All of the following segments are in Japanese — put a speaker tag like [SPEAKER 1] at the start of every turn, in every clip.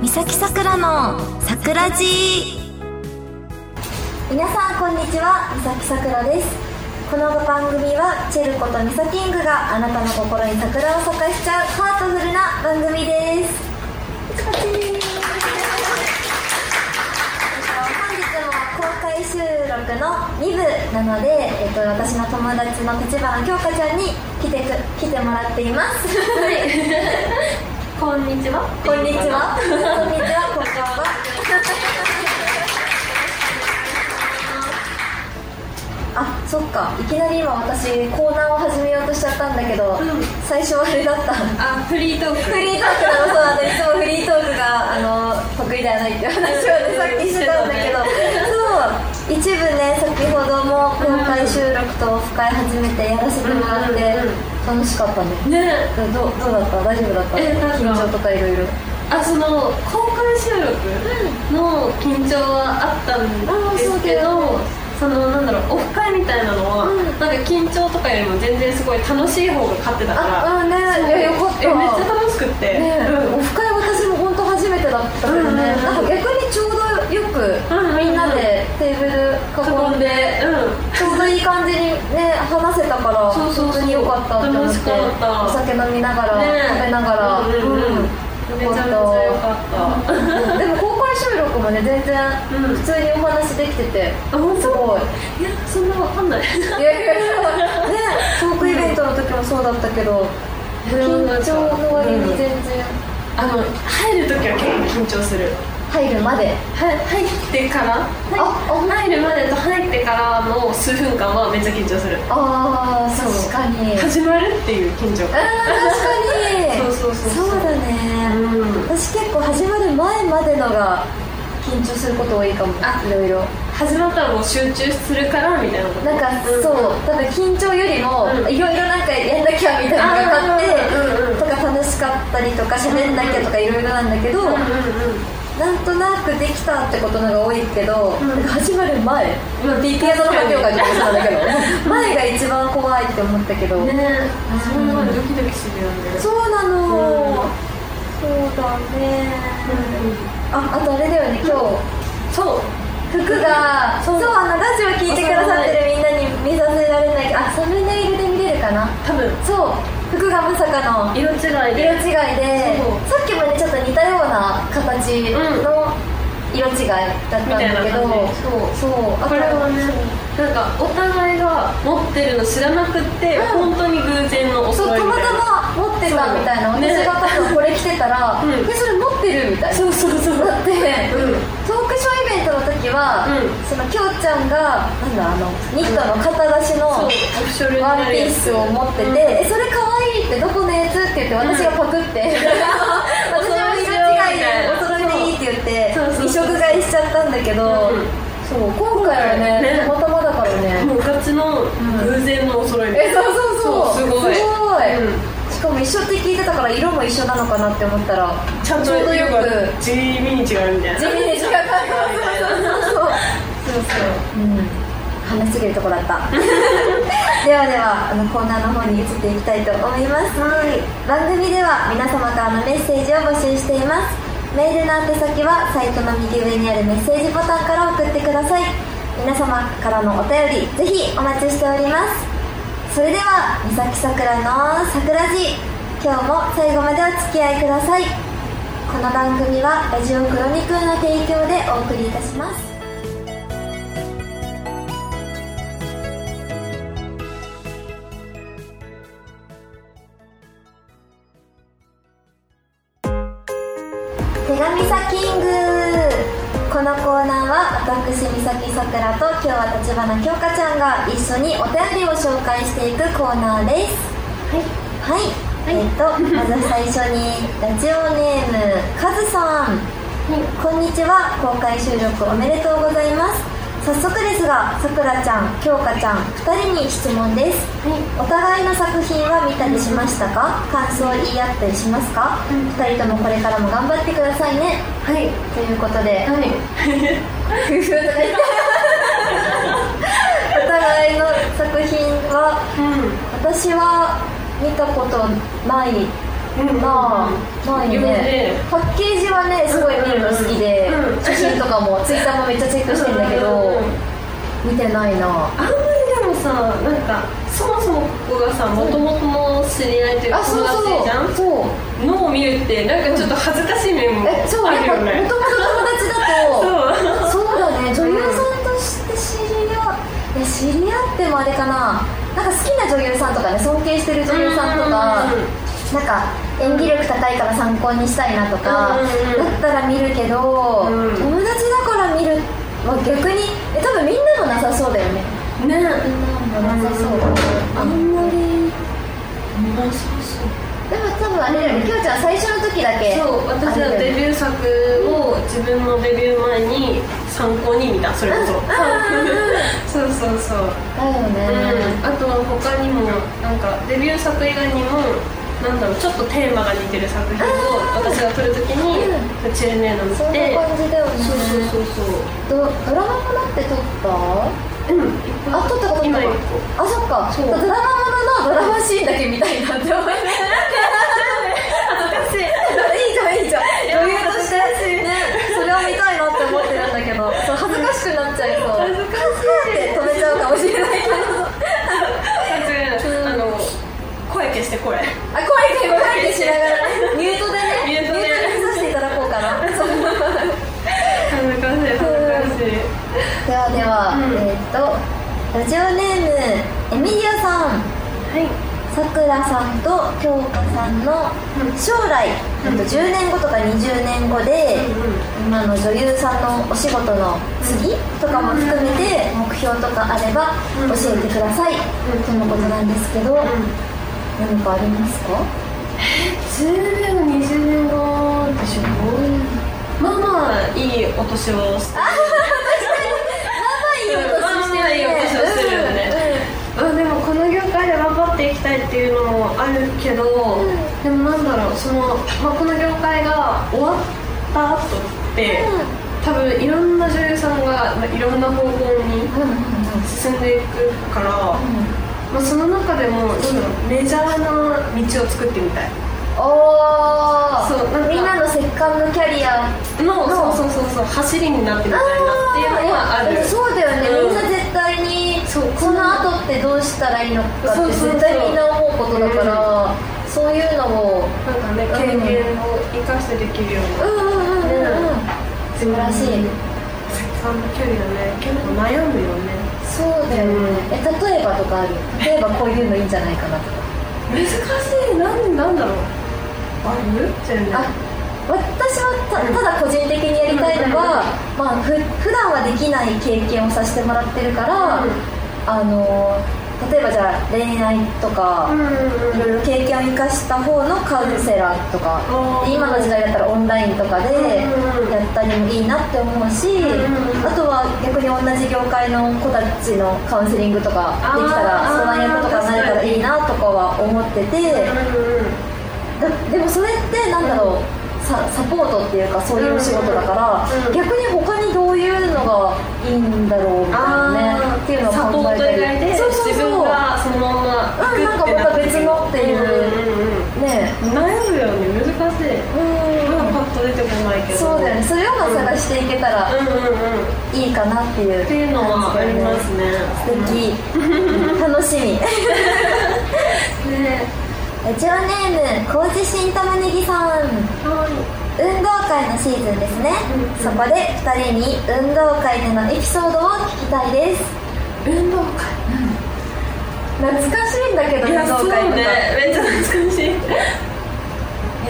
[SPEAKER 1] 三崎さくらのさくらじ
[SPEAKER 2] 皆さんこんにちは三崎さくらですこの番組はチェルコとミサキングがあなたの心に桜を咲かしちゃうハートフルな番組ですパチーンえっと本日も公開収録の2部なので、えっと、私の友達の立花京香ちゃんに来てく来てもらっています
[SPEAKER 3] こんにちは。
[SPEAKER 2] こんにちはこんにちはこんばんはあそっかいきなり今私コーナーを始めようとしちゃったんだけど、最初はあれだった
[SPEAKER 3] あ、フリートーク。
[SPEAKER 2] フリートークなのそうなんですいつもフリートークがあの得意ではないっていう話をねさっきしてたんだけどそう一部ね先ほども公開収録とオフ会初めてやらせてもらって
[SPEAKER 3] うんうんうん
[SPEAKER 2] 楽しかったね
[SPEAKER 3] ね。
[SPEAKER 2] どうどうだった大丈夫だった
[SPEAKER 3] えなんか
[SPEAKER 2] 緊張とかいろいろ
[SPEAKER 3] あ、その公開収録の緊張はあったんですけど。そのなんだろうオフ会みたいなの
[SPEAKER 2] う
[SPEAKER 3] は、
[SPEAKER 2] ん
[SPEAKER 3] なんか緊張とかよりも全然すごい楽しい方が勝ってたから
[SPEAKER 2] あうんね
[SPEAKER 3] そう
[SPEAKER 2] いやよかった
[SPEAKER 3] えめっちゃ楽しくって、
[SPEAKER 2] ねオ
[SPEAKER 3] うん
[SPEAKER 2] フ会私も本当初めてだったけどね、なんか
[SPEAKER 3] うんうんうん
[SPEAKER 2] 逆にちょうどよく
[SPEAKER 3] うんうんう
[SPEAKER 2] み
[SPEAKER 3] ん
[SPEAKER 2] んなでテーブル囲んで、
[SPEAKER 3] う
[SPEAKER 2] ちょうどいい感じにね話せたから
[SPEAKER 3] そうそうそ
[SPEAKER 2] 本当
[SPEAKER 3] う
[SPEAKER 2] に良かったって思っ
[SPEAKER 3] 楽しかった
[SPEAKER 2] てお酒飲みながら、
[SPEAKER 3] ね
[SPEAKER 2] 食べながら、
[SPEAKER 3] うんうんうんんめちゃめちゃ良かった、
[SPEAKER 2] でも公開収録もね全然
[SPEAKER 3] うん
[SPEAKER 2] 普通にお話できてて、
[SPEAKER 3] あ本当
[SPEAKER 2] すごい
[SPEAKER 3] いやそんなわかんない
[SPEAKER 2] いやいやいやねトークイベントの時もそうだったけど緊張の割に全然
[SPEAKER 3] あの入るときは結構緊張する
[SPEAKER 2] 入るまで
[SPEAKER 3] は入ってから
[SPEAKER 2] ああ
[SPEAKER 3] 入るまでと入ってからの数分間はめっちゃ緊張する
[SPEAKER 2] ああ確かにうん確
[SPEAKER 3] 始まるっていう緊張感
[SPEAKER 2] かに
[SPEAKER 3] そうそうそう
[SPEAKER 2] そうだね、
[SPEAKER 3] うん
[SPEAKER 2] 私結構始まる前までのが緊張すること多いかも
[SPEAKER 3] あ
[SPEAKER 2] いろいろ
[SPEAKER 3] 始まったらもう集中するからみたいなこと
[SPEAKER 2] なんかそう多分緊張よりも
[SPEAKER 3] うん
[SPEAKER 2] いろいろなんかやんなきゃみたいなのがあ
[SPEAKER 3] うんうんうん
[SPEAKER 2] ってとか楽しかったりとか喋んなきゃとかいろいろなんだけど
[SPEAKER 3] うんうん
[SPEAKER 2] なんとなくできたってことのが多いけど、
[SPEAKER 3] ん
[SPEAKER 2] なんか始まる前
[SPEAKER 3] うん
[SPEAKER 2] BTS の発表会とかもそうだけ ど前が一番怖いって思ったけど、
[SPEAKER 3] うんね
[SPEAKER 2] うん
[SPEAKER 3] そんなのドキドキするよね
[SPEAKER 2] そうなの、
[SPEAKER 3] うん
[SPEAKER 2] そうだね、
[SPEAKER 3] うん
[SPEAKER 2] ああとあれだよね今
[SPEAKER 3] そう
[SPEAKER 2] 日服がそうあのラジオ聞いてくださってるみんなに見させられないあサムネイルで見れるかな
[SPEAKER 3] 多分
[SPEAKER 2] そう服がまさかの
[SPEAKER 3] 色違い
[SPEAKER 2] 色違
[SPEAKER 3] で
[SPEAKER 2] いで
[SPEAKER 3] そ
[SPEAKER 2] さっきまでちょっと似たような形の色違いだったん
[SPEAKER 3] みたいな
[SPEAKER 2] だけど、
[SPEAKER 3] 感じそう
[SPEAKER 2] そうあと
[SPEAKER 3] これはねなんかお互いが持ってるの知らなくって、
[SPEAKER 2] うん
[SPEAKER 3] 本当に偶然のお
[SPEAKER 2] そう
[SPEAKER 3] 揃い
[SPEAKER 2] た
[SPEAKER 3] み
[SPEAKER 2] ま
[SPEAKER 3] たいな
[SPEAKER 2] たま持ってたみたいな
[SPEAKER 3] そうね
[SPEAKER 2] 私が多分これ着てたら「
[SPEAKER 3] うん
[SPEAKER 2] えそれ持ってる?」みたいな
[SPEAKER 3] そうそうそう
[SPEAKER 2] だって、
[SPEAKER 3] うん
[SPEAKER 2] トークショーイベントの時は、
[SPEAKER 3] うん
[SPEAKER 2] そのきょうちゃんがなんだあのニットの肩出しの
[SPEAKER 3] そう
[SPEAKER 2] ワ
[SPEAKER 3] オ
[SPEAKER 2] ン
[SPEAKER 3] フショルになる
[SPEAKER 2] ピ
[SPEAKER 3] や
[SPEAKER 2] ー
[SPEAKER 3] つ
[SPEAKER 2] スを持ってて「えそれ可愛いってどこのやつ?」って言って私がパクって、私 は色違いでお揃いでいいって言って
[SPEAKER 3] そうそう
[SPEAKER 2] 移
[SPEAKER 3] そう
[SPEAKER 2] 植買いしちゃったんだけど、
[SPEAKER 3] うん
[SPEAKER 2] そう今回はね
[SPEAKER 3] ね
[SPEAKER 2] たまたまだからね、
[SPEAKER 3] もうガチの偶然のお揃いみた
[SPEAKER 2] え
[SPEAKER 3] い
[SPEAKER 2] そ
[SPEAKER 3] な
[SPEAKER 2] うそうそう
[SPEAKER 3] すごい
[SPEAKER 2] すごい
[SPEAKER 3] うん
[SPEAKER 2] しかも一緒って聞いてたから色も一緒なのかなって思ったら
[SPEAKER 3] ちゃんと
[SPEAKER 2] ょうどよ
[SPEAKER 3] よ
[SPEAKER 2] く
[SPEAKER 3] く地味に違うみたいな
[SPEAKER 2] 地味に違かったそうそうそう
[SPEAKER 3] そう
[SPEAKER 2] う
[SPEAKER 3] そ
[SPEAKER 2] ん話しすぎるとこだった ではではあのコーナーの方に移っていきたいと思います、番組では皆様からのメッセージを募集していますメールの宛先はサイトの右上にあるメッセージボタンから送ってください皆様からのお便りぜひお待ちしておりますそれでは三崎さくらの「さくらじ」今日も最後までお付き合いくださいこの番組はラジオクロニクルの提供でお送りいたします手紙サキングこのコーナーは私三崎さくらと今日は立花京香ちゃんが一緒にお便りを紹介していくコーナーですはいはい、えっとまず最初にラジオネームカズさん、こんにちは公開収録おめでとうございます早速ですがさくらちゃん京香ちゃん2人に質問です、お互いの作品は見たりしましたか感想を言い合ったりしますか、2人ともこれからも頑張ってくださいね
[SPEAKER 3] うはい
[SPEAKER 2] ということで、
[SPEAKER 3] はい
[SPEAKER 2] 夫婦とか言ってお互いの作品は
[SPEAKER 3] うん
[SPEAKER 2] 私は見たことない
[SPEAKER 3] うん
[SPEAKER 2] なあない
[SPEAKER 3] 読んで
[SPEAKER 2] ねパッケージはねすごい見るの好きで
[SPEAKER 3] うんうん
[SPEAKER 2] 写真とかもツイッターもめっちゃチェックしてんだけ
[SPEAKER 3] うんう
[SPEAKER 2] ど
[SPEAKER 3] ん
[SPEAKER 2] 見
[SPEAKER 3] うん
[SPEAKER 2] てないな
[SPEAKER 3] あんまりでもさなんかそもそもここがさもともとの知り合いという
[SPEAKER 2] あ
[SPEAKER 3] か
[SPEAKER 2] そう
[SPEAKER 3] 友達じゃ
[SPEAKER 2] そうんそう
[SPEAKER 3] のを見るってなんかちょっと恥ずかしい面も
[SPEAKER 2] えそう
[SPEAKER 3] あ
[SPEAKER 2] やっ
[SPEAKER 3] る
[SPEAKER 2] ぱ
[SPEAKER 3] よ
[SPEAKER 2] もとも
[SPEAKER 3] ね
[SPEAKER 2] と友達だと
[SPEAKER 3] そう
[SPEAKER 2] そうだね女優さんとして知り合いや知り合ってもあれかななんか好きな女優さんとかね尊敬してる女優さんとか
[SPEAKER 3] うんうん
[SPEAKER 2] なんか演技力高いから参考にしたいなとか
[SPEAKER 3] うんうんうん
[SPEAKER 2] だったら見るけど
[SPEAKER 3] うん
[SPEAKER 2] 友達だから見るは逆にえ多分みんなもなさそうだ よね
[SPEAKER 3] ね
[SPEAKER 2] みんなもなさそうあんまりでも多分あれだよねきょうちゃん最初の時だけ
[SPEAKER 3] そう私
[SPEAKER 2] あれ
[SPEAKER 3] は
[SPEAKER 2] だ
[SPEAKER 3] デ
[SPEAKER 2] よね
[SPEAKER 3] ビュー作を自分のデビュー前に参考に見たそれこそそうそうそう
[SPEAKER 2] だよね
[SPEAKER 3] あとは他にもなんかデビュー作以外にもなんだろうちょっとテーマが似てる作品を私が撮るときにチェルネーの見
[SPEAKER 2] そんな
[SPEAKER 3] て
[SPEAKER 2] 感じだよね
[SPEAKER 3] そうそうそう
[SPEAKER 2] ドドラマもだって撮った
[SPEAKER 3] そううん
[SPEAKER 2] あ、撮ったこと
[SPEAKER 3] 今
[SPEAKER 2] ない
[SPEAKER 3] 一個
[SPEAKER 2] あ、そっか。
[SPEAKER 3] そう
[SPEAKER 2] ドラマもののドラマシーンだけ見た いなって思いながら。い
[SPEAKER 3] 恥ずかしい
[SPEAKER 2] いじゃん、いいじゃん。
[SPEAKER 3] や
[SPEAKER 2] 女優として、ね、それを見たいなって思ってるんだけど、そう恥ずかしくなっちゃいそう。
[SPEAKER 3] 恥ずかしい
[SPEAKER 2] って止めちゃうかもしれないけど。
[SPEAKER 3] 間違いないあの声消して声
[SPEAKER 2] あ、声で声でしながら、ミュートでね、
[SPEAKER 3] ミュートで
[SPEAKER 2] ミュートにさせていただこ うかな。そう
[SPEAKER 3] 恥ずかしい恥ずかしい
[SPEAKER 2] ではでは、
[SPEAKER 3] うん
[SPEAKER 2] えーっと、ラジオネーム、エミリアさん。
[SPEAKER 3] はい
[SPEAKER 2] さくらさんと京香さんの将来、え
[SPEAKER 3] うん
[SPEAKER 2] っと10年後とか20年後で、今の女優さんのお仕事の次とかも含めて目標とかあれば
[SPEAKER 3] うん
[SPEAKER 2] 教えてください、
[SPEAKER 3] うん
[SPEAKER 2] とのことなんですけど、
[SPEAKER 3] うん
[SPEAKER 2] 何かありますか
[SPEAKER 3] 10年後20年後でしょまあまあいいお年をして
[SPEAKER 2] いいお年してるね
[SPEAKER 3] うんまあまあいいお年をしてるよねあでもこの業界で頑張っていきたいっていうのもあるけど、
[SPEAKER 2] ん
[SPEAKER 3] でもなんだろうその、まあ、この業界が終わった後って、多分いろんな女優さんがまあいろんな方向
[SPEAKER 2] うんうんう
[SPEAKER 3] に
[SPEAKER 2] ん
[SPEAKER 3] 進んでいくから、まあ、その中でもなんだろうメジャーな道を作ってみたい
[SPEAKER 2] おー
[SPEAKER 3] そうなんか
[SPEAKER 2] みんなのセカンドキャリア
[SPEAKER 3] の、
[SPEAKER 2] の
[SPEAKER 3] そうそうそうそう走りになってみたいなっていうのはある
[SPEAKER 2] ーそうだよね、
[SPEAKER 3] うん
[SPEAKER 2] みんな絶対に
[SPEAKER 3] そう
[SPEAKER 2] この後ってどうしたらいいのかっ
[SPEAKER 3] そう
[SPEAKER 2] て
[SPEAKER 3] そうそ
[SPEAKER 2] 絶
[SPEAKER 3] う
[SPEAKER 2] 対みんな思うことだからそういうのを
[SPEAKER 3] なんかね
[SPEAKER 2] うん
[SPEAKER 3] 経験を生かしてできるよう
[SPEAKER 2] う
[SPEAKER 3] な
[SPEAKER 2] う
[SPEAKER 3] ん
[SPEAKER 2] んうんうんうん素晴らしい
[SPEAKER 3] セカンド距離はね結構悩むよね
[SPEAKER 2] そうだよね
[SPEAKER 3] うん
[SPEAKER 2] え例えばとかある例えばこういうのいいんじゃないかなとか
[SPEAKER 3] 難しいなんなんだろうある全然
[SPEAKER 2] あ私はたただ個人的にやりたいのは、まあ、ふ普段はできない経験をさせてもらってるから、
[SPEAKER 3] うん
[SPEAKER 2] あのー例えばじゃあ恋愛とか、
[SPEAKER 3] うんうん
[SPEAKER 2] いろいろ経験を生かした方のカウンセラーとか、
[SPEAKER 3] うん
[SPEAKER 2] で今の時代だったらオンラインとかで
[SPEAKER 3] うんうん
[SPEAKER 2] やったりもいいなって思うし、
[SPEAKER 3] んうん
[SPEAKER 2] あとは逆に同じ業界の子たちのカウンセリングとかできたら
[SPEAKER 3] あー
[SPEAKER 2] 相談役とかになれたらいいなとかは思ってて、
[SPEAKER 3] うんうん
[SPEAKER 2] だでもそれってなんだろう、さサポートっていうかそういうお仕事だから、
[SPEAKER 3] うんうん
[SPEAKER 2] 逆に他にどういうのがいいんだろうみたいなねっていうのを
[SPEAKER 3] サポ
[SPEAKER 2] 考え
[SPEAKER 3] ート
[SPEAKER 2] た
[SPEAKER 3] 以
[SPEAKER 2] り
[SPEAKER 3] 外で
[SPEAKER 2] そうそう
[SPEAKER 3] 自
[SPEAKER 2] そう
[SPEAKER 3] 分がそのまま行く
[SPEAKER 2] うんなんか
[SPEAKER 3] って
[SPEAKER 2] また
[SPEAKER 3] った時
[SPEAKER 2] 別のっていう
[SPEAKER 3] うんうんうん
[SPEAKER 2] ね
[SPEAKER 3] 悩むよね難しい
[SPEAKER 2] うん
[SPEAKER 3] まだパッと出てこないけど
[SPEAKER 2] そうだよねそれをまあ探していけたら
[SPEAKER 3] うんうんうんっ
[SPEAKER 2] いいかなっていう
[SPEAKER 3] ていうのはありますね
[SPEAKER 2] 感じだよね素敵楽しみ
[SPEAKER 3] ね
[SPEAKER 2] ラジオネーム麹新玉ねぎさん
[SPEAKER 3] は
[SPEAKER 2] 運動会のシーズンですね
[SPEAKER 3] うん
[SPEAKER 2] そこで2人に運動会でのエピソードを聞きたいです
[SPEAKER 3] い運動
[SPEAKER 2] 懐かしいんだけど
[SPEAKER 3] 会いやそうねめっちゃ懐かしい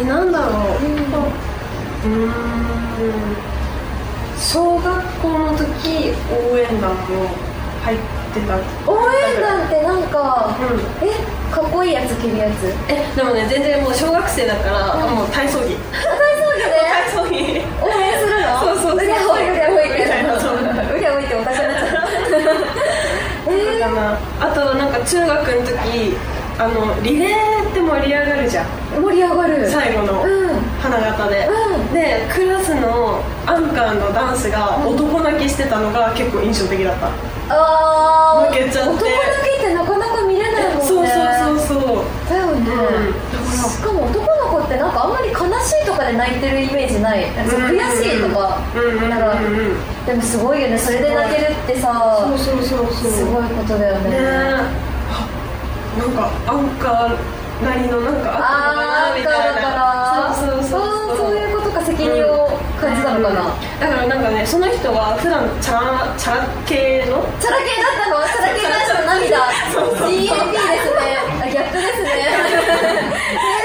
[SPEAKER 3] えなんだろううーん小学校の時応援団も入ってた
[SPEAKER 2] 応援団ってなんか、
[SPEAKER 3] うん
[SPEAKER 2] えかっこいいやつ着るやつ
[SPEAKER 3] えでもね全然もう小学生だから、もう体操
[SPEAKER 2] あ
[SPEAKER 3] 着
[SPEAKER 2] 大丈夫ね
[SPEAKER 3] 体操着
[SPEAKER 2] 応援するの
[SPEAKER 3] そうそうそう
[SPEAKER 2] りゃほいりゃほいりゃ
[SPEAKER 3] そう
[SPEAKER 2] ほいりゃほいっておかしくなっち ゃったえ
[SPEAKER 3] だからあとなんか中学の時あのリレーって盛り上がるじゃん
[SPEAKER 2] ー、盛り上がる
[SPEAKER 3] 最後の
[SPEAKER 2] うん
[SPEAKER 3] 花形で、
[SPEAKER 2] う
[SPEAKER 3] でクラスのアンカーの男子が男泣きしてたのが結構印象的だった、
[SPEAKER 2] ああ
[SPEAKER 3] 抜けちゃって
[SPEAKER 2] 男だけってなかなか見れないもんね
[SPEAKER 3] そうそうそうそう
[SPEAKER 2] だよね、
[SPEAKER 3] うん
[SPEAKER 2] しかも男の子っってなんかあんまり悲しいとかで泣いてるイメージないなんかそう悔しいとか
[SPEAKER 3] うんうん
[SPEAKER 2] なんか
[SPEAKER 3] うんうん
[SPEAKER 2] でもすごいよねそれで泣けるって
[SPEAKER 3] そ
[SPEAKER 2] さ
[SPEAKER 3] うそうそうそう
[SPEAKER 2] すごいことだよ
[SPEAKER 3] ねえ
[SPEAKER 2] ね
[SPEAKER 3] なんかアンカーなりのなんか
[SPEAKER 2] あ
[SPEAKER 3] あっ
[SPEAKER 2] ー
[SPEAKER 3] たのかなみた
[SPEAKER 2] だ
[SPEAKER 3] い
[SPEAKER 2] か
[SPEAKER 3] な
[SPEAKER 2] ら
[SPEAKER 3] そうそう
[SPEAKER 2] あ
[SPEAKER 3] そ
[SPEAKER 2] ー
[SPEAKER 3] う
[SPEAKER 2] そういうことか責任を感じたのかな、
[SPEAKER 3] だからなんかねその人は普段チャラチャラ系の
[SPEAKER 2] チャラ系だったのチャラ系男子の涙 GAP ですねあ逆ですね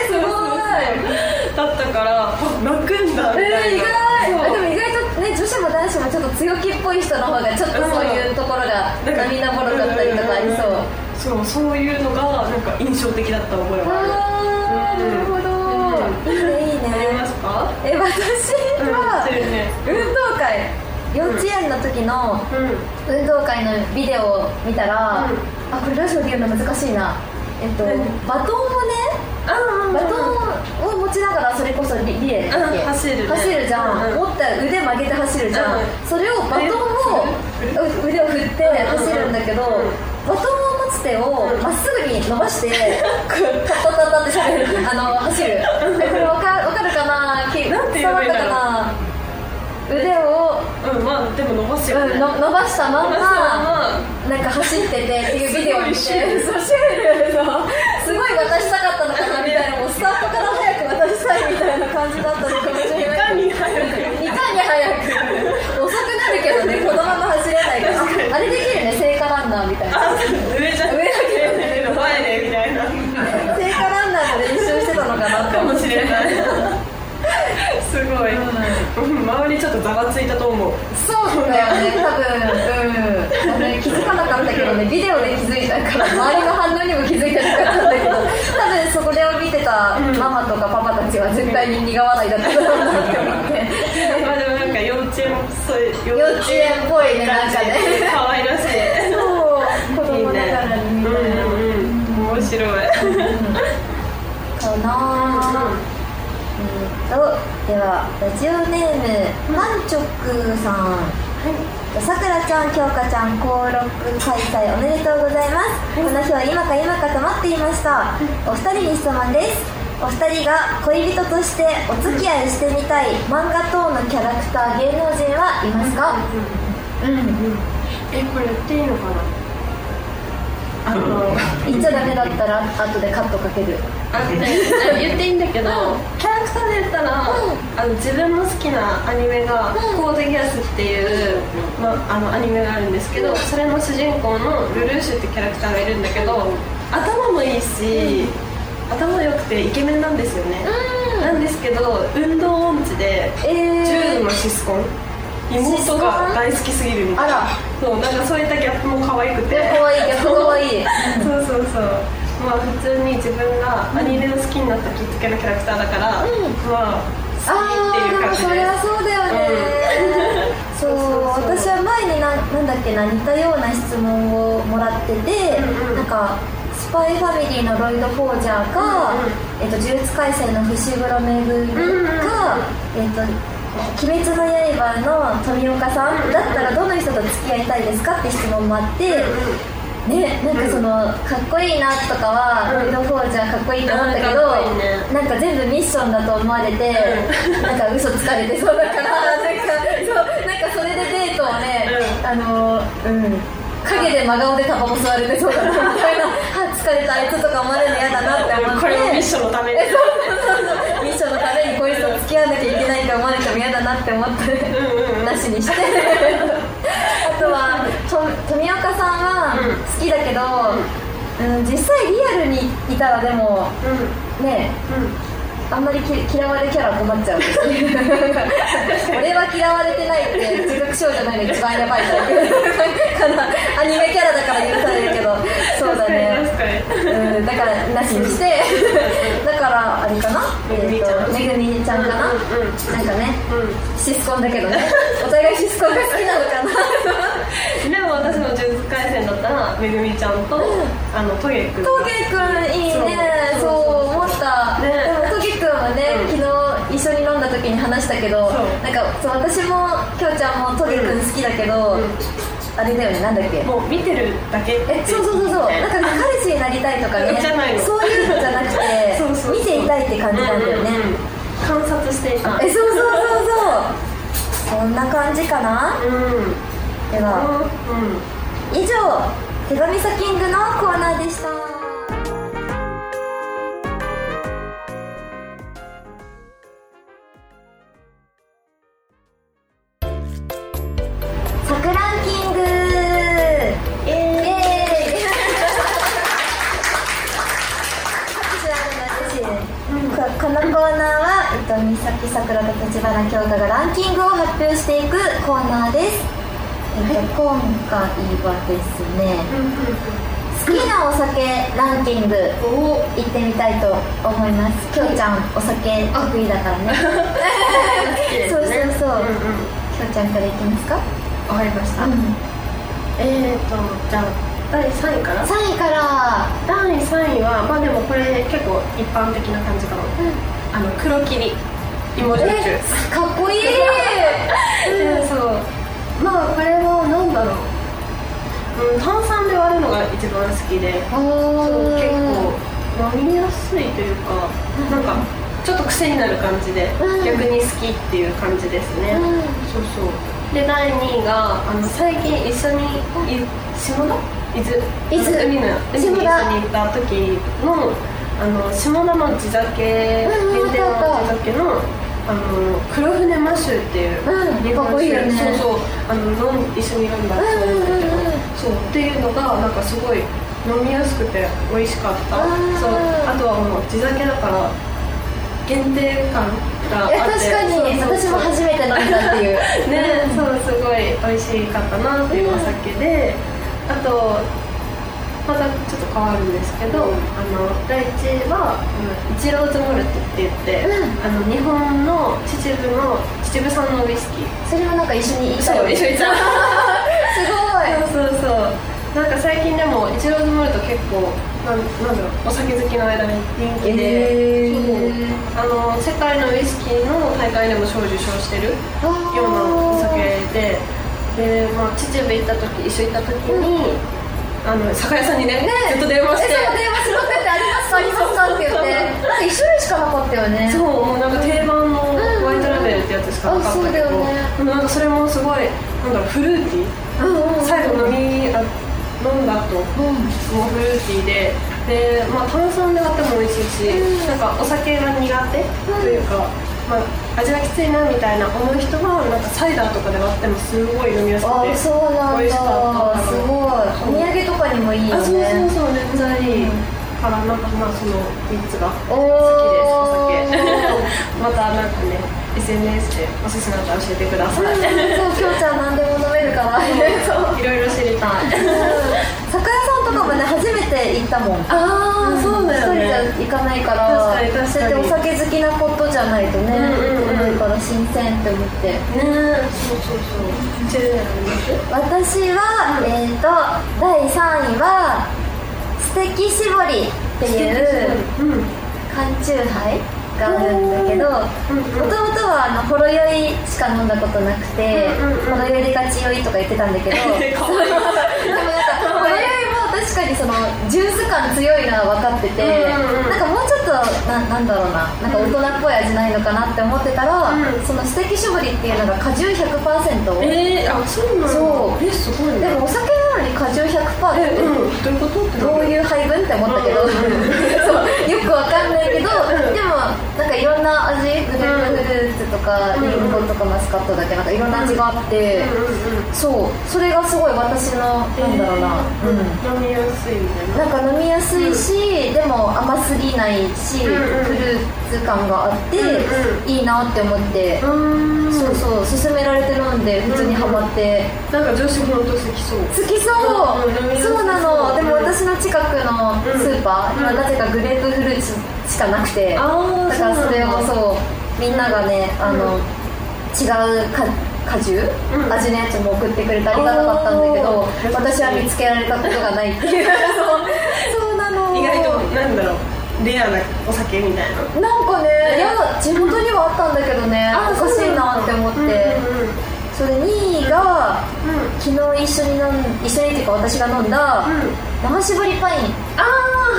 [SPEAKER 2] えすごい
[SPEAKER 3] だったからあ泣くんだみた
[SPEAKER 2] えー、意
[SPEAKER 3] いな、
[SPEAKER 2] 外
[SPEAKER 3] そう
[SPEAKER 2] でも意外とね女子も男子もちょっと強気っぽい人の方がちょっとそういうところが涙ぼろだったりとかありそう
[SPEAKER 3] そうそういうのがなんか印象的だった覚えは
[SPEAKER 2] あ
[SPEAKER 3] あ
[SPEAKER 2] ーなるほどいいねいい
[SPEAKER 3] るあり
[SPEAKER 2] ね
[SPEAKER 3] ますか
[SPEAKER 2] え私は
[SPEAKER 3] うん言ってるね
[SPEAKER 2] 運動会幼稚園の時の
[SPEAKER 3] うん
[SPEAKER 2] 運動会のビデオを見たら、
[SPEAKER 3] うん
[SPEAKER 2] あこれラジオで言うの難しいなえっと
[SPEAKER 3] 何
[SPEAKER 2] バトンをね
[SPEAKER 3] あ
[SPEAKER 2] バトンを持ちながらそれこそリリレーだっけ
[SPEAKER 3] うん走るね
[SPEAKER 2] 走るじゃん、
[SPEAKER 3] うんうん
[SPEAKER 2] 持った腕曲げて走るじゃん、
[SPEAKER 3] うん
[SPEAKER 2] それをバトンをう腕を振って走るんだけど、
[SPEAKER 3] うんうん
[SPEAKER 2] バトンを持ち手をまっすぐに伸ばして、タッタッタッタってしゃべる あの走るえこれわかわかるかなき
[SPEAKER 3] なんて
[SPEAKER 2] 伝
[SPEAKER 3] 言え
[SPEAKER 2] わっ
[SPEAKER 3] ばいいん
[SPEAKER 2] た
[SPEAKER 3] だろう
[SPEAKER 2] かな腕を、
[SPEAKER 3] うんまあでも伸ばすよね、
[SPEAKER 2] うんの伸ばしたまんま
[SPEAKER 3] まあ
[SPEAKER 2] なんか走っててっていうビデオを見て
[SPEAKER 3] すごいシュール
[SPEAKER 2] そうシュールなすごい渡したかったのかなみたいなもうスタートから早く渡したいみたいな感じだったのかもしれ
[SPEAKER 3] い
[SPEAKER 2] ない
[SPEAKER 3] かに早く
[SPEAKER 2] いかに早く遅くなるけどねこのまま走れないからあれできるね聖火ランナーみたいな
[SPEAKER 3] 上じゃん
[SPEAKER 2] 上だけ
[SPEAKER 3] 上の前でみたいな
[SPEAKER 2] 聖火ランナーと練習してたのかなって
[SPEAKER 3] か
[SPEAKER 2] 思
[SPEAKER 3] も
[SPEAKER 2] って
[SPEAKER 3] しれないすごい、うん周りちょっとざわついたと思う
[SPEAKER 2] そうだよね多分うんあの気づかなかったけどねビデオで気づいたから周りの反応にも気づいてなかったんだけど多分そこで見てたママとかパパたちは絶対に苦笑いだったんだろうなって思って
[SPEAKER 3] まあでもなんか幼稚園そういう
[SPEAKER 2] 幼稚園っぽいねなんかね
[SPEAKER 3] 可愛らしい
[SPEAKER 2] そう子供ながらにみたいな
[SPEAKER 3] うんうんうん面白い
[SPEAKER 2] かなうんとではラジオネームマンチョクさんさくらちゃん、きょうかちゃん、登録開催おめでとうございます。この日は今か今かと待っていました。お二人に質問です。お二人が恋人としてお付き合いしてみたい漫画等のキャラクター芸能人はいますかうん。
[SPEAKER 3] えこれ言っていいのかなあの
[SPEAKER 2] 言っちゃダメだったら後でカットかける。
[SPEAKER 3] あ言っていいんだけどキャラクターで言ったら、
[SPEAKER 2] うん
[SPEAKER 3] あの自分の好きなアニメが「コードギアス」っていう、まあ、あのアニメがあるんですけど、それの主人公のルルーシュってキャラクターがいるんだけど、頭もいいし、頭良くてイケメンなんですよね、なんですけど運動音痴で重
[SPEAKER 2] え
[SPEAKER 3] 度
[SPEAKER 2] ー
[SPEAKER 3] のシスコン妹が大好きすぎるみたいな
[SPEAKER 2] あら
[SPEAKER 3] そうなんかそういったギャップも可愛くて
[SPEAKER 2] 可愛い逆可愛い。
[SPEAKER 3] そうそうそうまあ普通に自分がアニメを好きになったきっかけのキャラクターだから、
[SPEAKER 2] うん
[SPEAKER 3] まあ
[SPEAKER 2] あーでもそれはそうだよね、そううん
[SPEAKER 3] そうそう
[SPEAKER 2] 私
[SPEAKER 3] そう
[SPEAKER 2] は前にななんだっけな似たような質問をもらってて、
[SPEAKER 3] うんうん
[SPEAKER 2] なんかスパイファミリーのロイド・フォージャーか、
[SPEAKER 3] うんうん
[SPEAKER 2] えっと、呪術廻戦の伏黒めぐみか、
[SPEAKER 3] うんうん
[SPEAKER 2] えっと鬼滅の刃の富岡さんだったらどの人と付き合いたいですかって質問もあって、ね、なんかその、かっこいいなとかは、
[SPEAKER 3] うん
[SPEAKER 2] ロイド・フォージャーかっこいいと思ったけど
[SPEAKER 3] あーかっこいいね
[SPEAKER 2] なんか全部ミッションだと思われて、なんか嘘つかれてそうだからなんかそうなんかそれでデートをね、
[SPEAKER 3] うん
[SPEAKER 2] あのうん影で真顔でタバコ吸われてそうだなみたい なあ疲れたあいつとか思われるの嫌だなって思って
[SPEAKER 3] これもミッションのために
[SPEAKER 2] ミッションのためにこいつと付き合わなきゃいけないって思われても嫌だなって思って
[SPEAKER 3] うんうん
[SPEAKER 2] なしに してあとはと富岡さんは
[SPEAKER 3] うん
[SPEAKER 2] 好きだけど、うん実際リアルにいたらでもね
[SPEAKER 3] うん
[SPEAKER 2] あんまりき嫌われキャラ困っちゃう 俺は嫌われてないって自覚症状ないの一番やばいタイ プかなアニメキャラだから許されるけどそうだね
[SPEAKER 3] 確かに確かに
[SPEAKER 2] うんだからなしにして だからあれかな
[SPEAKER 3] めぐみちゃん
[SPEAKER 2] えーとめぐみちゃんかな、
[SPEAKER 3] うんうんうん
[SPEAKER 2] なんかねシスコンだけどね お互いシスコンが好きなのかな
[SPEAKER 3] うんでも私も呪術廻戦だったらめぐみちゃんと、あのトゲくん
[SPEAKER 2] トゲくんいいねそう
[SPEAKER 3] そう
[SPEAKER 2] 思った、
[SPEAKER 3] ね
[SPEAKER 2] でもトゲくんはね、
[SPEAKER 3] うん
[SPEAKER 2] 昨日一緒に飲んだ時に話したけど
[SPEAKER 3] そう
[SPEAKER 2] なんかそう私もきょうちゃんもトゲくん好きだけど、
[SPEAKER 3] うん
[SPEAKER 2] あれだよねなんだっけ
[SPEAKER 3] もう見てるだけって
[SPEAKER 2] えそうそうそうそうなんか彼氏になりたいとかね
[SPEAKER 3] じゃないの
[SPEAKER 2] そういうのじゃなくて
[SPEAKER 3] そうそうそう
[SPEAKER 2] 見ていたいって感じなんだよね
[SPEAKER 3] うんうんでした
[SPEAKER 2] えそうそうそうそうそんな感じかな
[SPEAKER 3] うん
[SPEAKER 2] では
[SPEAKER 3] うん
[SPEAKER 2] 以上手紙サキングのコーナーでしたさくらんキングイエーイ
[SPEAKER 3] イエーイ
[SPEAKER 2] 拍手あるの嬉しいねここのコーナーは、えっと、三崎さくらと立花京香がランキングを発表していくコーナー です、えっと、今回はですね好きなお酒ランキング
[SPEAKER 3] お
[SPEAKER 2] 行ってみたいと思いますきょうちゃんお酒得意だから ねそうそうそう
[SPEAKER 3] うんうん
[SPEAKER 2] きょうちゃんからいきますか、
[SPEAKER 3] わかりました、
[SPEAKER 2] う、
[SPEAKER 3] えーとじゃあ第3位かなん
[SPEAKER 2] 3位から
[SPEAKER 3] 第3位はまあでもこれ結構一般的な感じかも、あの黒霧芋焼酎
[SPEAKER 2] えかっこいい
[SPEAKER 3] うんそうまあこれは何だろう、うん、炭酸で割るのが一番好きで
[SPEAKER 2] お
[SPEAKER 3] そう
[SPEAKER 2] ー
[SPEAKER 3] 結構飲みやすいというかなんかちょっと癖になる感じで、
[SPEAKER 2] うん
[SPEAKER 3] 逆に好きっていう感じですね、
[SPEAKER 2] うん
[SPEAKER 3] そうそうで第2位があの最近一緒にい下田伊豆
[SPEAKER 2] 伊豆
[SPEAKER 3] 海の海に一緒に行った時のあの下田の地酒限
[SPEAKER 2] うん
[SPEAKER 3] 定の地酒のあの黒船マシューっていう
[SPEAKER 2] うん
[SPEAKER 3] 日
[SPEAKER 2] かっこいいよね
[SPEAKER 3] そうそうあの飲ん一緒に飲んだそうなんだけ
[SPEAKER 2] う
[SPEAKER 3] ど
[SPEAKER 2] んうんうんうん
[SPEAKER 3] そうっていうのがなんかすごい飲みやすくて美味しかった
[SPEAKER 2] あー
[SPEAKER 3] そうあとはもう地酒だから限定感があっ
[SPEAKER 2] い
[SPEAKER 3] て
[SPEAKER 2] や確かに
[SPEAKER 3] そう
[SPEAKER 2] 私
[SPEAKER 3] そうそう
[SPEAKER 2] も初めて飲んだって いう
[SPEAKER 3] ねそうすごい美味しかったなっていうお酒で、あとまたちょっと変わるんですけど、あの第1位は、うん、イチローズモルトって言っ
[SPEAKER 2] う
[SPEAKER 3] て、
[SPEAKER 2] ん
[SPEAKER 3] あの日本の秩父の秩父産のウイスキー
[SPEAKER 2] それもなんか一緒に行きたい
[SPEAKER 3] そう一緒に行った
[SPEAKER 2] すご
[SPEAKER 3] そうそうそうなんか最近でもイチローズモルト結構なんなんだろうお酒好きの間に人気で、
[SPEAKER 2] へー
[SPEAKER 3] そうあの世界のウイスキーの大会でも賞受賞して
[SPEAKER 2] い
[SPEAKER 3] る ようなお
[SPEAKER 2] へ
[SPEAKER 3] 酒でで、まあ、秩父行った時一緒に行った時に、あの酒屋さんにねずっと電話して
[SPEAKER 2] えその電話しろってありますかありますかって言ってなんか一種類しかなかったよね
[SPEAKER 3] そうもうなんか定番のホワイトラベルってやつしかなかったけど、
[SPEAKER 2] うんうんうんあそうだよね
[SPEAKER 3] でもなんかそれもすごいなんだろうフルーティー
[SPEAKER 2] うんうんうん
[SPEAKER 3] 最後飲みあ飲んだ後
[SPEAKER 2] うん
[SPEAKER 3] もうフルーティーでで、まあ、炭酸で割っても美味しいし、
[SPEAKER 2] うん
[SPEAKER 3] なんかお酒が苦手というか、まあ、味がきついなみたいな思う人はなんかサイダーとかで割ってもすごい飲みやすくて
[SPEAKER 2] あそうなん
[SPEAKER 3] 美味しか
[SPEAKER 2] だ
[SPEAKER 3] った
[SPEAKER 2] すごいお土産とかにもいいよ
[SPEAKER 3] あそうそう
[SPEAKER 2] ね
[SPEAKER 3] そうめっちゃいい、からなんかまあその3つが
[SPEAKER 2] おー
[SPEAKER 3] 好きですお酒 またなんかね SNS でおすすめだったら教えてください、
[SPEAKER 2] そうきょうちゃん何でも飲めるからそう
[SPEAKER 3] いろいろ知りたい
[SPEAKER 2] 酒屋さんとかもね初めて行ったもん
[SPEAKER 3] ああそうだよ
[SPEAKER 2] 一
[SPEAKER 3] ね
[SPEAKER 2] 人じゃ行かないから
[SPEAKER 3] 確かに確かに
[SPEAKER 2] そうやってお酒好きなことじゃないとね、
[SPEAKER 3] うんうんうん
[SPEAKER 2] だから新鮮って思って
[SPEAKER 3] ね そうそうそうチェル
[SPEAKER 2] 私は、
[SPEAKER 3] うん
[SPEAKER 2] えっ、と第3位は「素敵絞り」っていう
[SPEAKER 3] うん
[SPEAKER 2] 缶チューハイがあるんだけど
[SPEAKER 3] うんうん
[SPEAKER 2] もともとはあのほろ酔いしか飲んだことなくて、
[SPEAKER 3] うんうんうん
[SPEAKER 2] ほろ酔いがち酔いとか言ってた んだけど
[SPEAKER 3] かわい
[SPEAKER 2] で
[SPEAKER 3] い
[SPEAKER 2] もなんかこれも確かにそのジュース感強いのは分かってて、
[SPEAKER 3] うんうん
[SPEAKER 2] なんかもうちょっとななんだろうななんか大人っぽい味ないのかなって思ってたら、
[SPEAKER 3] うん
[SPEAKER 2] その素敵絞りっていうのが果汁100%、
[SPEAKER 3] えー、あそうなの
[SPEAKER 2] そう
[SPEAKER 3] えすごいね
[SPEAKER 2] でもお酒なのに果汁100%
[SPEAKER 3] え
[SPEAKER 2] って、
[SPEAKER 3] うんどういうことって
[SPEAKER 2] どういう配分って思ったけど、
[SPEAKER 3] うん
[SPEAKER 2] そうよくわかんないけど、でもなんかいろんな味グレープフルーツとか、
[SPEAKER 3] うん
[SPEAKER 2] リンゴとかマスカットだけなんかいろんな味があって、
[SPEAKER 3] うんうんうん
[SPEAKER 2] そうそれがすごい私のなんだろうな、
[SPEAKER 3] うん
[SPEAKER 2] うん
[SPEAKER 3] 飲みやすいみたいな
[SPEAKER 2] なんか飲みやすいし、でも甘すぎないし、
[SPEAKER 3] うんうん
[SPEAKER 2] フルーツ感があって、
[SPEAKER 3] うん
[SPEAKER 2] いいなって思って、
[SPEAKER 3] うん
[SPEAKER 2] そうそう勧められて飲んで普通にハマって、
[SPEAKER 3] なんか女子本当好きそう
[SPEAKER 2] 好きそう、
[SPEAKER 3] うん飲みやすい
[SPEAKER 2] そうなのでも私の近くの
[SPEAKER 3] うん
[SPEAKER 2] スーパー、今
[SPEAKER 3] うん
[SPEAKER 2] なぜかグレープフルーツしかなくて、
[SPEAKER 3] あー
[SPEAKER 2] だから
[SPEAKER 3] そうなんだ
[SPEAKER 2] それをそうみんながね、あの
[SPEAKER 3] うん
[SPEAKER 2] 違うか果汁、
[SPEAKER 3] うん
[SPEAKER 2] 味のやつも送ってくれてありがたかったんだけど
[SPEAKER 3] あー
[SPEAKER 2] 私は見つけられたことがないって いうそうそうなの
[SPEAKER 3] 意外となんだろうレアなお酒みたいな
[SPEAKER 2] なんかねいや地元にはあったんだけどねおかしいなって思って、それ2位が昨日一緒に飲ん一緒にっていうか私が飲んだ、生絞りパイン
[SPEAKER 3] ああ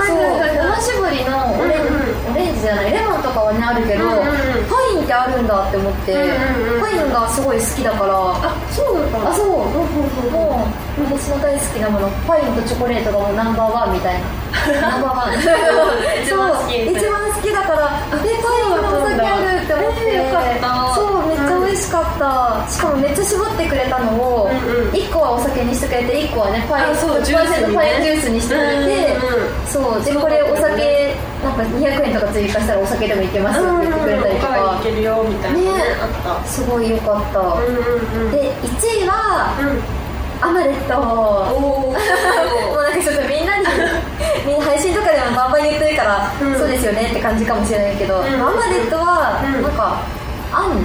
[SPEAKER 3] はい
[SPEAKER 2] そう
[SPEAKER 3] はいはい
[SPEAKER 2] 生絞りのオレ,、
[SPEAKER 3] うん
[SPEAKER 2] オレンジじゃないレモンとかはねあるけど、
[SPEAKER 3] うんうんうん
[SPEAKER 2] パインってあるんだって思って
[SPEAKER 3] うんうんうん
[SPEAKER 2] パインがすごい好きだから
[SPEAKER 3] あそうだったの
[SPEAKER 2] あそう
[SPEAKER 3] ほうほうほうほう
[SPEAKER 2] もう私の大好きなものパインとチョコレートがもうナンバーワンみたいなナンバーワン
[SPEAKER 3] 一番好きみたい
[SPEAKER 2] そう一番
[SPEAKER 3] な
[SPEAKER 2] 好きだからえパインのお酒あるって思って、
[SPEAKER 3] えーよかった
[SPEAKER 2] そうめっちゃ美味しかった、しかもめっちゃ絞ってくれたのを、
[SPEAKER 3] うんうん
[SPEAKER 2] 一1個はお酒にしてくれて1個はねパイン
[SPEAKER 3] あそうジュース
[SPEAKER 2] 100%
[SPEAKER 3] にね
[SPEAKER 2] パインジュースにしてくれて、
[SPEAKER 3] うんうん
[SPEAKER 2] そうでこれお酒なんか200円とか追加したらお酒でもいけますって言ってくれたりと
[SPEAKER 3] うんうんうんおかわり
[SPEAKER 2] か
[SPEAKER 3] いけるよみたいな
[SPEAKER 2] ね
[SPEAKER 3] あっ
[SPEAKER 2] すごい良かったた、
[SPEAKER 3] うんうんうん
[SPEAKER 2] で1位はアマレット
[SPEAKER 3] おお
[SPEAKER 2] もうなんかちょっとみんな にみんな配信とかでもバンバン言ってるから、
[SPEAKER 3] うん
[SPEAKER 2] そうですよねって感じかもしれないけど、
[SPEAKER 3] ん
[SPEAKER 2] ママレットは
[SPEAKER 3] うん
[SPEAKER 2] なんか、あん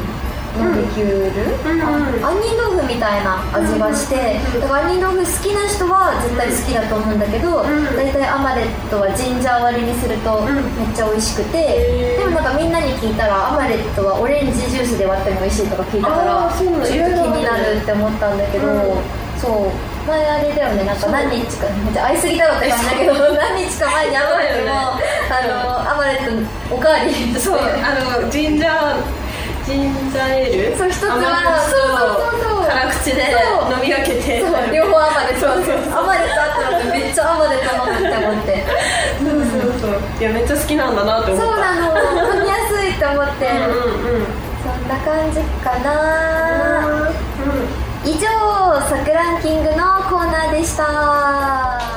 [SPEAKER 2] のリキュール、
[SPEAKER 3] うんうん
[SPEAKER 2] 杏仁豆腐みたいな味がして、だから杏仁豆腐好きな人は絶対好きだと思うんだけど、
[SPEAKER 3] ん
[SPEAKER 2] 大体アマレットはジンジャー割りにすると
[SPEAKER 3] ん
[SPEAKER 2] めっちゃ美味しくて、
[SPEAKER 3] へー
[SPEAKER 2] でもなんかみんなに聞いたらアマレットはオレンジジュースで割っても美味しいとか聞いたから
[SPEAKER 3] あー
[SPEAKER 2] ち
[SPEAKER 3] そ
[SPEAKER 2] ょ
[SPEAKER 3] う
[SPEAKER 2] っ
[SPEAKER 3] なん
[SPEAKER 2] と
[SPEAKER 3] だ
[SPEAKER 2] 気になるって思ったんだけど、
[SPEAKER 3] うん
[SPEAKER 2] そう前あれだよねなんか何日かめっちゃ会いすぎだろって感じだけど何日か前にアマレットの,、あのアマレットのおかわりって
[SPEAKER 3] そうあのジンジャージンジャーエール
[SPEAKER 2] そう一つは
[SPEAKER 3] 甘口
[SPEAKER 2] そうそうそうそう
[SPEAKER 3] と辛口で
[SPEAKER 2] そう
[SPEAKER 3] 飲み分けて
[SPEAKER 2] そう両方アマレットアマレットあったのってめっちゃアマレット飲むって思って
[SPEAKER 3] そうそうそういやめっちゃ好きなんだなって
[SPEAKER 2] そう
[SPEAKER 3] 思った
[SPEAKER 2] なの飲みやすいって思って、
[SPEAKER 3] うんうんうん
[SPEAKER 2] そんな感じかな、以上さくランキングのコーナーでした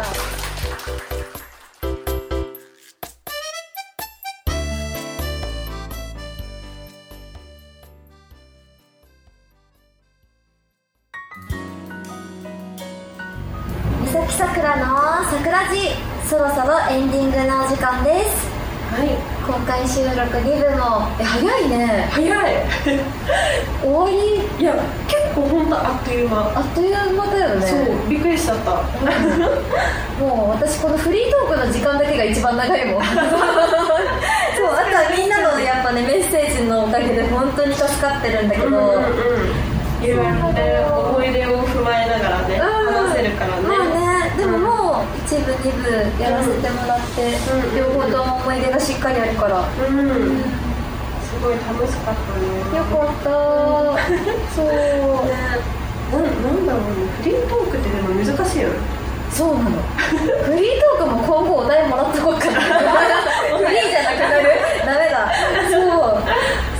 [SPEAKER 2] みさきさくらのさくらじそろそろエンディングのお時間です
[SPEAKER 3] はい
[SPEAKER 2] 公開収録2部もえ早いね
[SPEAKER 3] 早い
[SPEAKER 2] 終わり
[SPEAKER 3] いや結構本当あっという間
[SPEAKER 2] あっという間だよね
[SPEAKER 3] そうびっくりしちゃった
[SPEAKER 2] もう私このフリートークの時間だけが一番長いも んそうあとはみんなのやっぱねメッセージのおかげで本当に助かってるんだけど、
[SPEAKER 3] うんうんいろいろね思い出を踏まえながらね
[SPEAKER 2] うん
[SPEAKER 3] 話せるからね
[SPEAKER 2] まあねでももう一部二部やらせてもらって、
[SPEAKER 3] うん
[SPEAKER 2] 両方とも思い出がしっかりあるから、よ
[SPEAKER 3] うんすごい楽しかったね
[SPEAKER 2] かった、 そう
[SPEAKER 3] ねなんなんだろうねフリートークってでも難しいよね
[SPEAKER 2] そうなのフリートークも今後お題もらっとこうかなフリー じゃなくなるダメだそう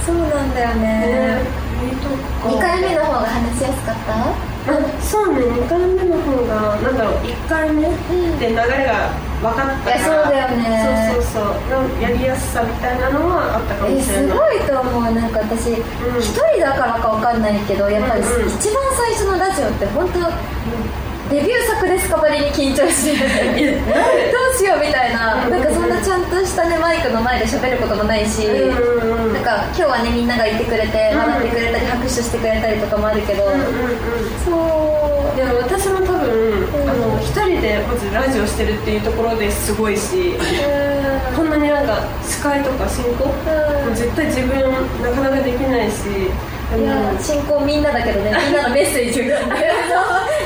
[SPEAKER 2] そうなんだよね
[SPEAKER 3] フリートークか
[SPEAKER 2] 2回目の方が話しやすかった
[SPEAKER 3] あそうね2回目の方がなんだろう1回目で流れが分かったから
[SPEAKER 2] いやそうだよね
[SPEAKER 3] そうそうそうなんやりやすさみたいなのはあったかも
[SPEAKER 2] え
[SPEAKER 3] しれ
[SPEAKER 2] す
[SPEAKER 3] ない
[SPEAKER 2] ごいと思うなんか私一、人だからかわかんないけどやっぱり一
[SPEAKER 3] うんうん
[SPEAKER 2] 番最初のラジオって本当デビュー作ですかばりに緊張して
[SPEAKER 3] いや
[SPEAKER 2] どうしようみたいな
[SPEAKER 3] うんうん
[SPEAKER 2] な
[SPEAKER 3] うんん
[SPEAKER 2] かそんなちゃんとしたねマイクの前で喋ることもないし、
[SPEAKER 3] うんうんうん
[SPEAKER 2] なんか今日はねみんながいてくれて
[SPEAKER 3] うん
[SPEAKER 2] 笑ってくれたり拍手してくれたりとかもあるけど、
[SPEAKER 3] うんうんうん
[SPEAKER 2] そう
[SPEAKER 3] でも私も多分、
[SPEAKER 2] ん
[SPEAKER 3] あの一人でまずラジオしてるっていうところですごいし
[SPEAKER 2] うん
[SPEAKER 3] こんなになんか司会とか進行、
[SPEAKER 2] うん
[SPEAKER 3] 絶対自分なかなかできないしで
[SPEAKER 2] い
[SPEAKER 3] も
[SPEAKER 2] や進行みんなだけど ねみんなのメッセージが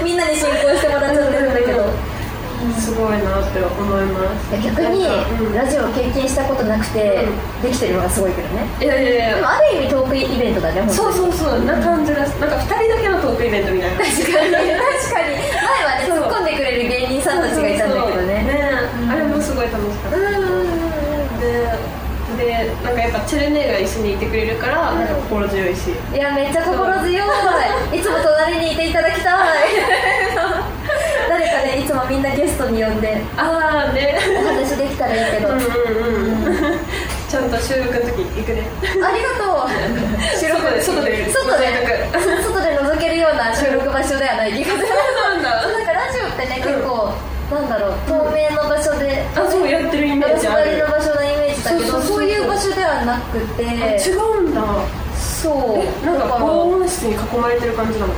[SPEAKER 2] みんなに進行してもらっちゃってるんだけど
[SPEAKER 3] すごいなって思います
[SPEAKER 2] 逆に
[SPEAKER 3] なんかうん
[SPEAKER 2] ラジオ経験したことなくて
[SPEAKER 3] う
[SPEAKER 2] できてるのがすごいけどね
[SPEAKER 3] いやいや
[SPEAKER 2] で
[SPEAKER 3] い
[SPEAKER 2] も
[SPEAKER 3] や
[SPEAKER 2] ある意味トークイベントだね本当に
[SPEAKER 3] そうそうそうな感じがすなんか二人だけのトークイベントみたいな
[SPEAKER 2] 確かに確かに前
[SPEAKER 3] そう
[SPEAKER 2] はね突っ込んでくれる芸人さんたちがいたんだけど
[SPEAKER 3] そうそう
[SPEAKER 2] ね
[SPEAKER 3] あれもすごい楽しかった、
[SPEAKER 2] うんうんうん
[SPEAKER 3] ででなんかやっぱチェルネーが一緒にいてくれるから、なんか心強いし
[SPEAKER 2] うんいやめっちゃ心強いいつも隣にいていただきた い誰かねいつもみんなゲストに呼んで
[SPEAKER 3] ああね
[SPEAKER 2] お話できたらいいけど
[SPEAKER 3] うんうんうんちゃんと収録の時行くね
[SPEAKER 2] ありがとう
[SPEAKER 3] 収録で外で
[SPEAKER 2] 外で
[SPEAKER 3] 覗い
[SPEAKER 2] 外で覗けるような収録場所ではない気がする
[SPEAKER 3] なんだ
[SPEAKER 2] なんかラジオってね結構、なんだろう透明の場所で、
[SPEAKER 3] あそうやってるイメージあ
[SPEAKER 2] ガラス張り
[SPEAKER 3] る
[SPEAKER 2] の場所のイメージだけどそ
[SPEAKER 3] そううそうそうそう
[SPEAKER 2] いう場所ではなく
[SPEAKER 3] あ違
[SPEAKER 2] て
[SPEAKER 3] うんだ
[SPEAKER 2] そう
[SPEAKER 3] なん
[SPEAKER 2] だ
[SPEAKER 3] か
[SPEAKER 2] から
[SPEAKER 3] 防音室に囲まれてる感じなの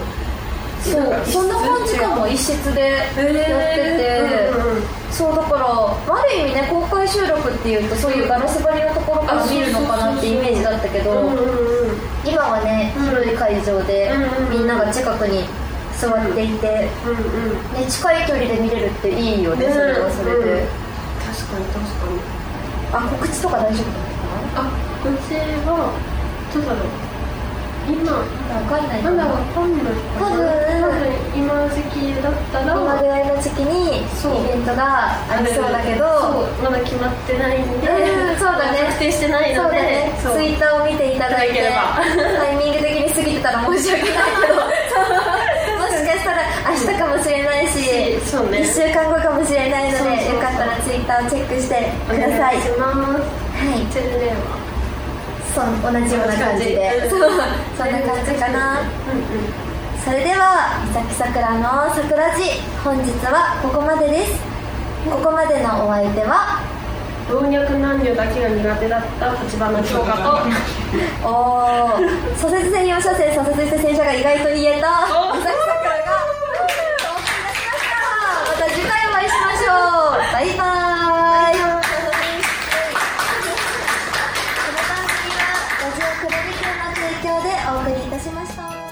[SPEAKER 2] そうそんな感じかも一室でやってて、
[SPEAKER 3] えうんうん
[SPEAKER 2] そうだからある意味ね公開収録っていうとそういうガラス張りのところから
[SPEAKER 3] あ
[SPEAKER 2] 見るのかなってイメージだったけど、
[SPEAKER 3] うんうんうん
[SPEAKER 2] 今はね
[SPEAKER 3] うん
[SPEAKER 2] 広い会場で、
[SPEAKER 3] うんう
[SPEAKER 2] み
[SPEAKER 3] ん
[SPEAKER 2] んなが近くに座っていて、
[SPEAKER 3] うんうん
[SPEAKER 2] ね、近い距離で見れるっていいよね、それはそれで、
[SPEAKER 3] うん確かに確かに
[SPEAKER 2] あ告知とか大丈夫だったかな
[SPEAKER 3] あこっちはどうだろう今
[SPEAKER 2] わかんない
[SPEAKER 3] なんだろう本部
[SPEAKER 2] 多分
[SPEAKER 3] 多分今の時期だったら
[SPEAKER 2] 今ぐらいの時期に
[SPEAKER 3] そう
[SPEAKER 2] イベントがありそうだけど
[SPEAKER 3] そうまだ決まってないんで、
[SPEAKER 2] うんそうだね
[SPEAKER 3] 確定してない
[SPEAKER 2] そう
[SPEAKER 3] の
[SPEAKER 2] だ
[SPEAKER 3] で
[SPEAKER 2] ねツイッターを見ていただい
[SPEAKER 3] い
[SPEAKER 2] て
[SPEAKER 3] ただければ
[SPEAKER 2] タイミング的に過ぎてたら申し訳ない けどもしかしたら明日かもしれないし
[SPEAKER 3] そうね
[SPEAKER 2] 1週間後かもしれないの
[SPEAKER 3] そうそうそ
[SPEAKER 2] で
[SPEAKER 3] う
[SPEAKER 2] よかったらツイッターをチェックして
[SPEAKER 3] お
[SPEAKER 2] くださ
[SPEAKER 3] 願
[SPEAKER 2] い
[SPEAKER 3] いします
[SPEAKER 2] はい
[SPEAKER 3] チェルレーは
[SPEAKER 2] そう同じような感じで
[SPEAKER 3] 同
[SPEAKER 2] そう
[SPEAKER 3] じ
[SPEAKER 2] そ
[SPEAKER 3] 感
[SPEAKER 2] ん
[SPEAKER 3] じ
[SPEAKER 2] な感じかな
[SPEAKER 3] うんうん
[SPEAKER 2] それでは三崎さくらのさくらじ本日はここまでですここまでのお相手は
[SPEAKER 3] 老若男女だけが苦手だった立花京香と
[SPEAKER 2] おお左折専用車線左折して洗車が意外と言えた三崎さくらがお
[SPEAKER 3] お
[SPEAKER 2] 送りいたしましたまた次回お会いしましょうバイバーイこの番組はラジオクレビキューの提供でお送りいたしました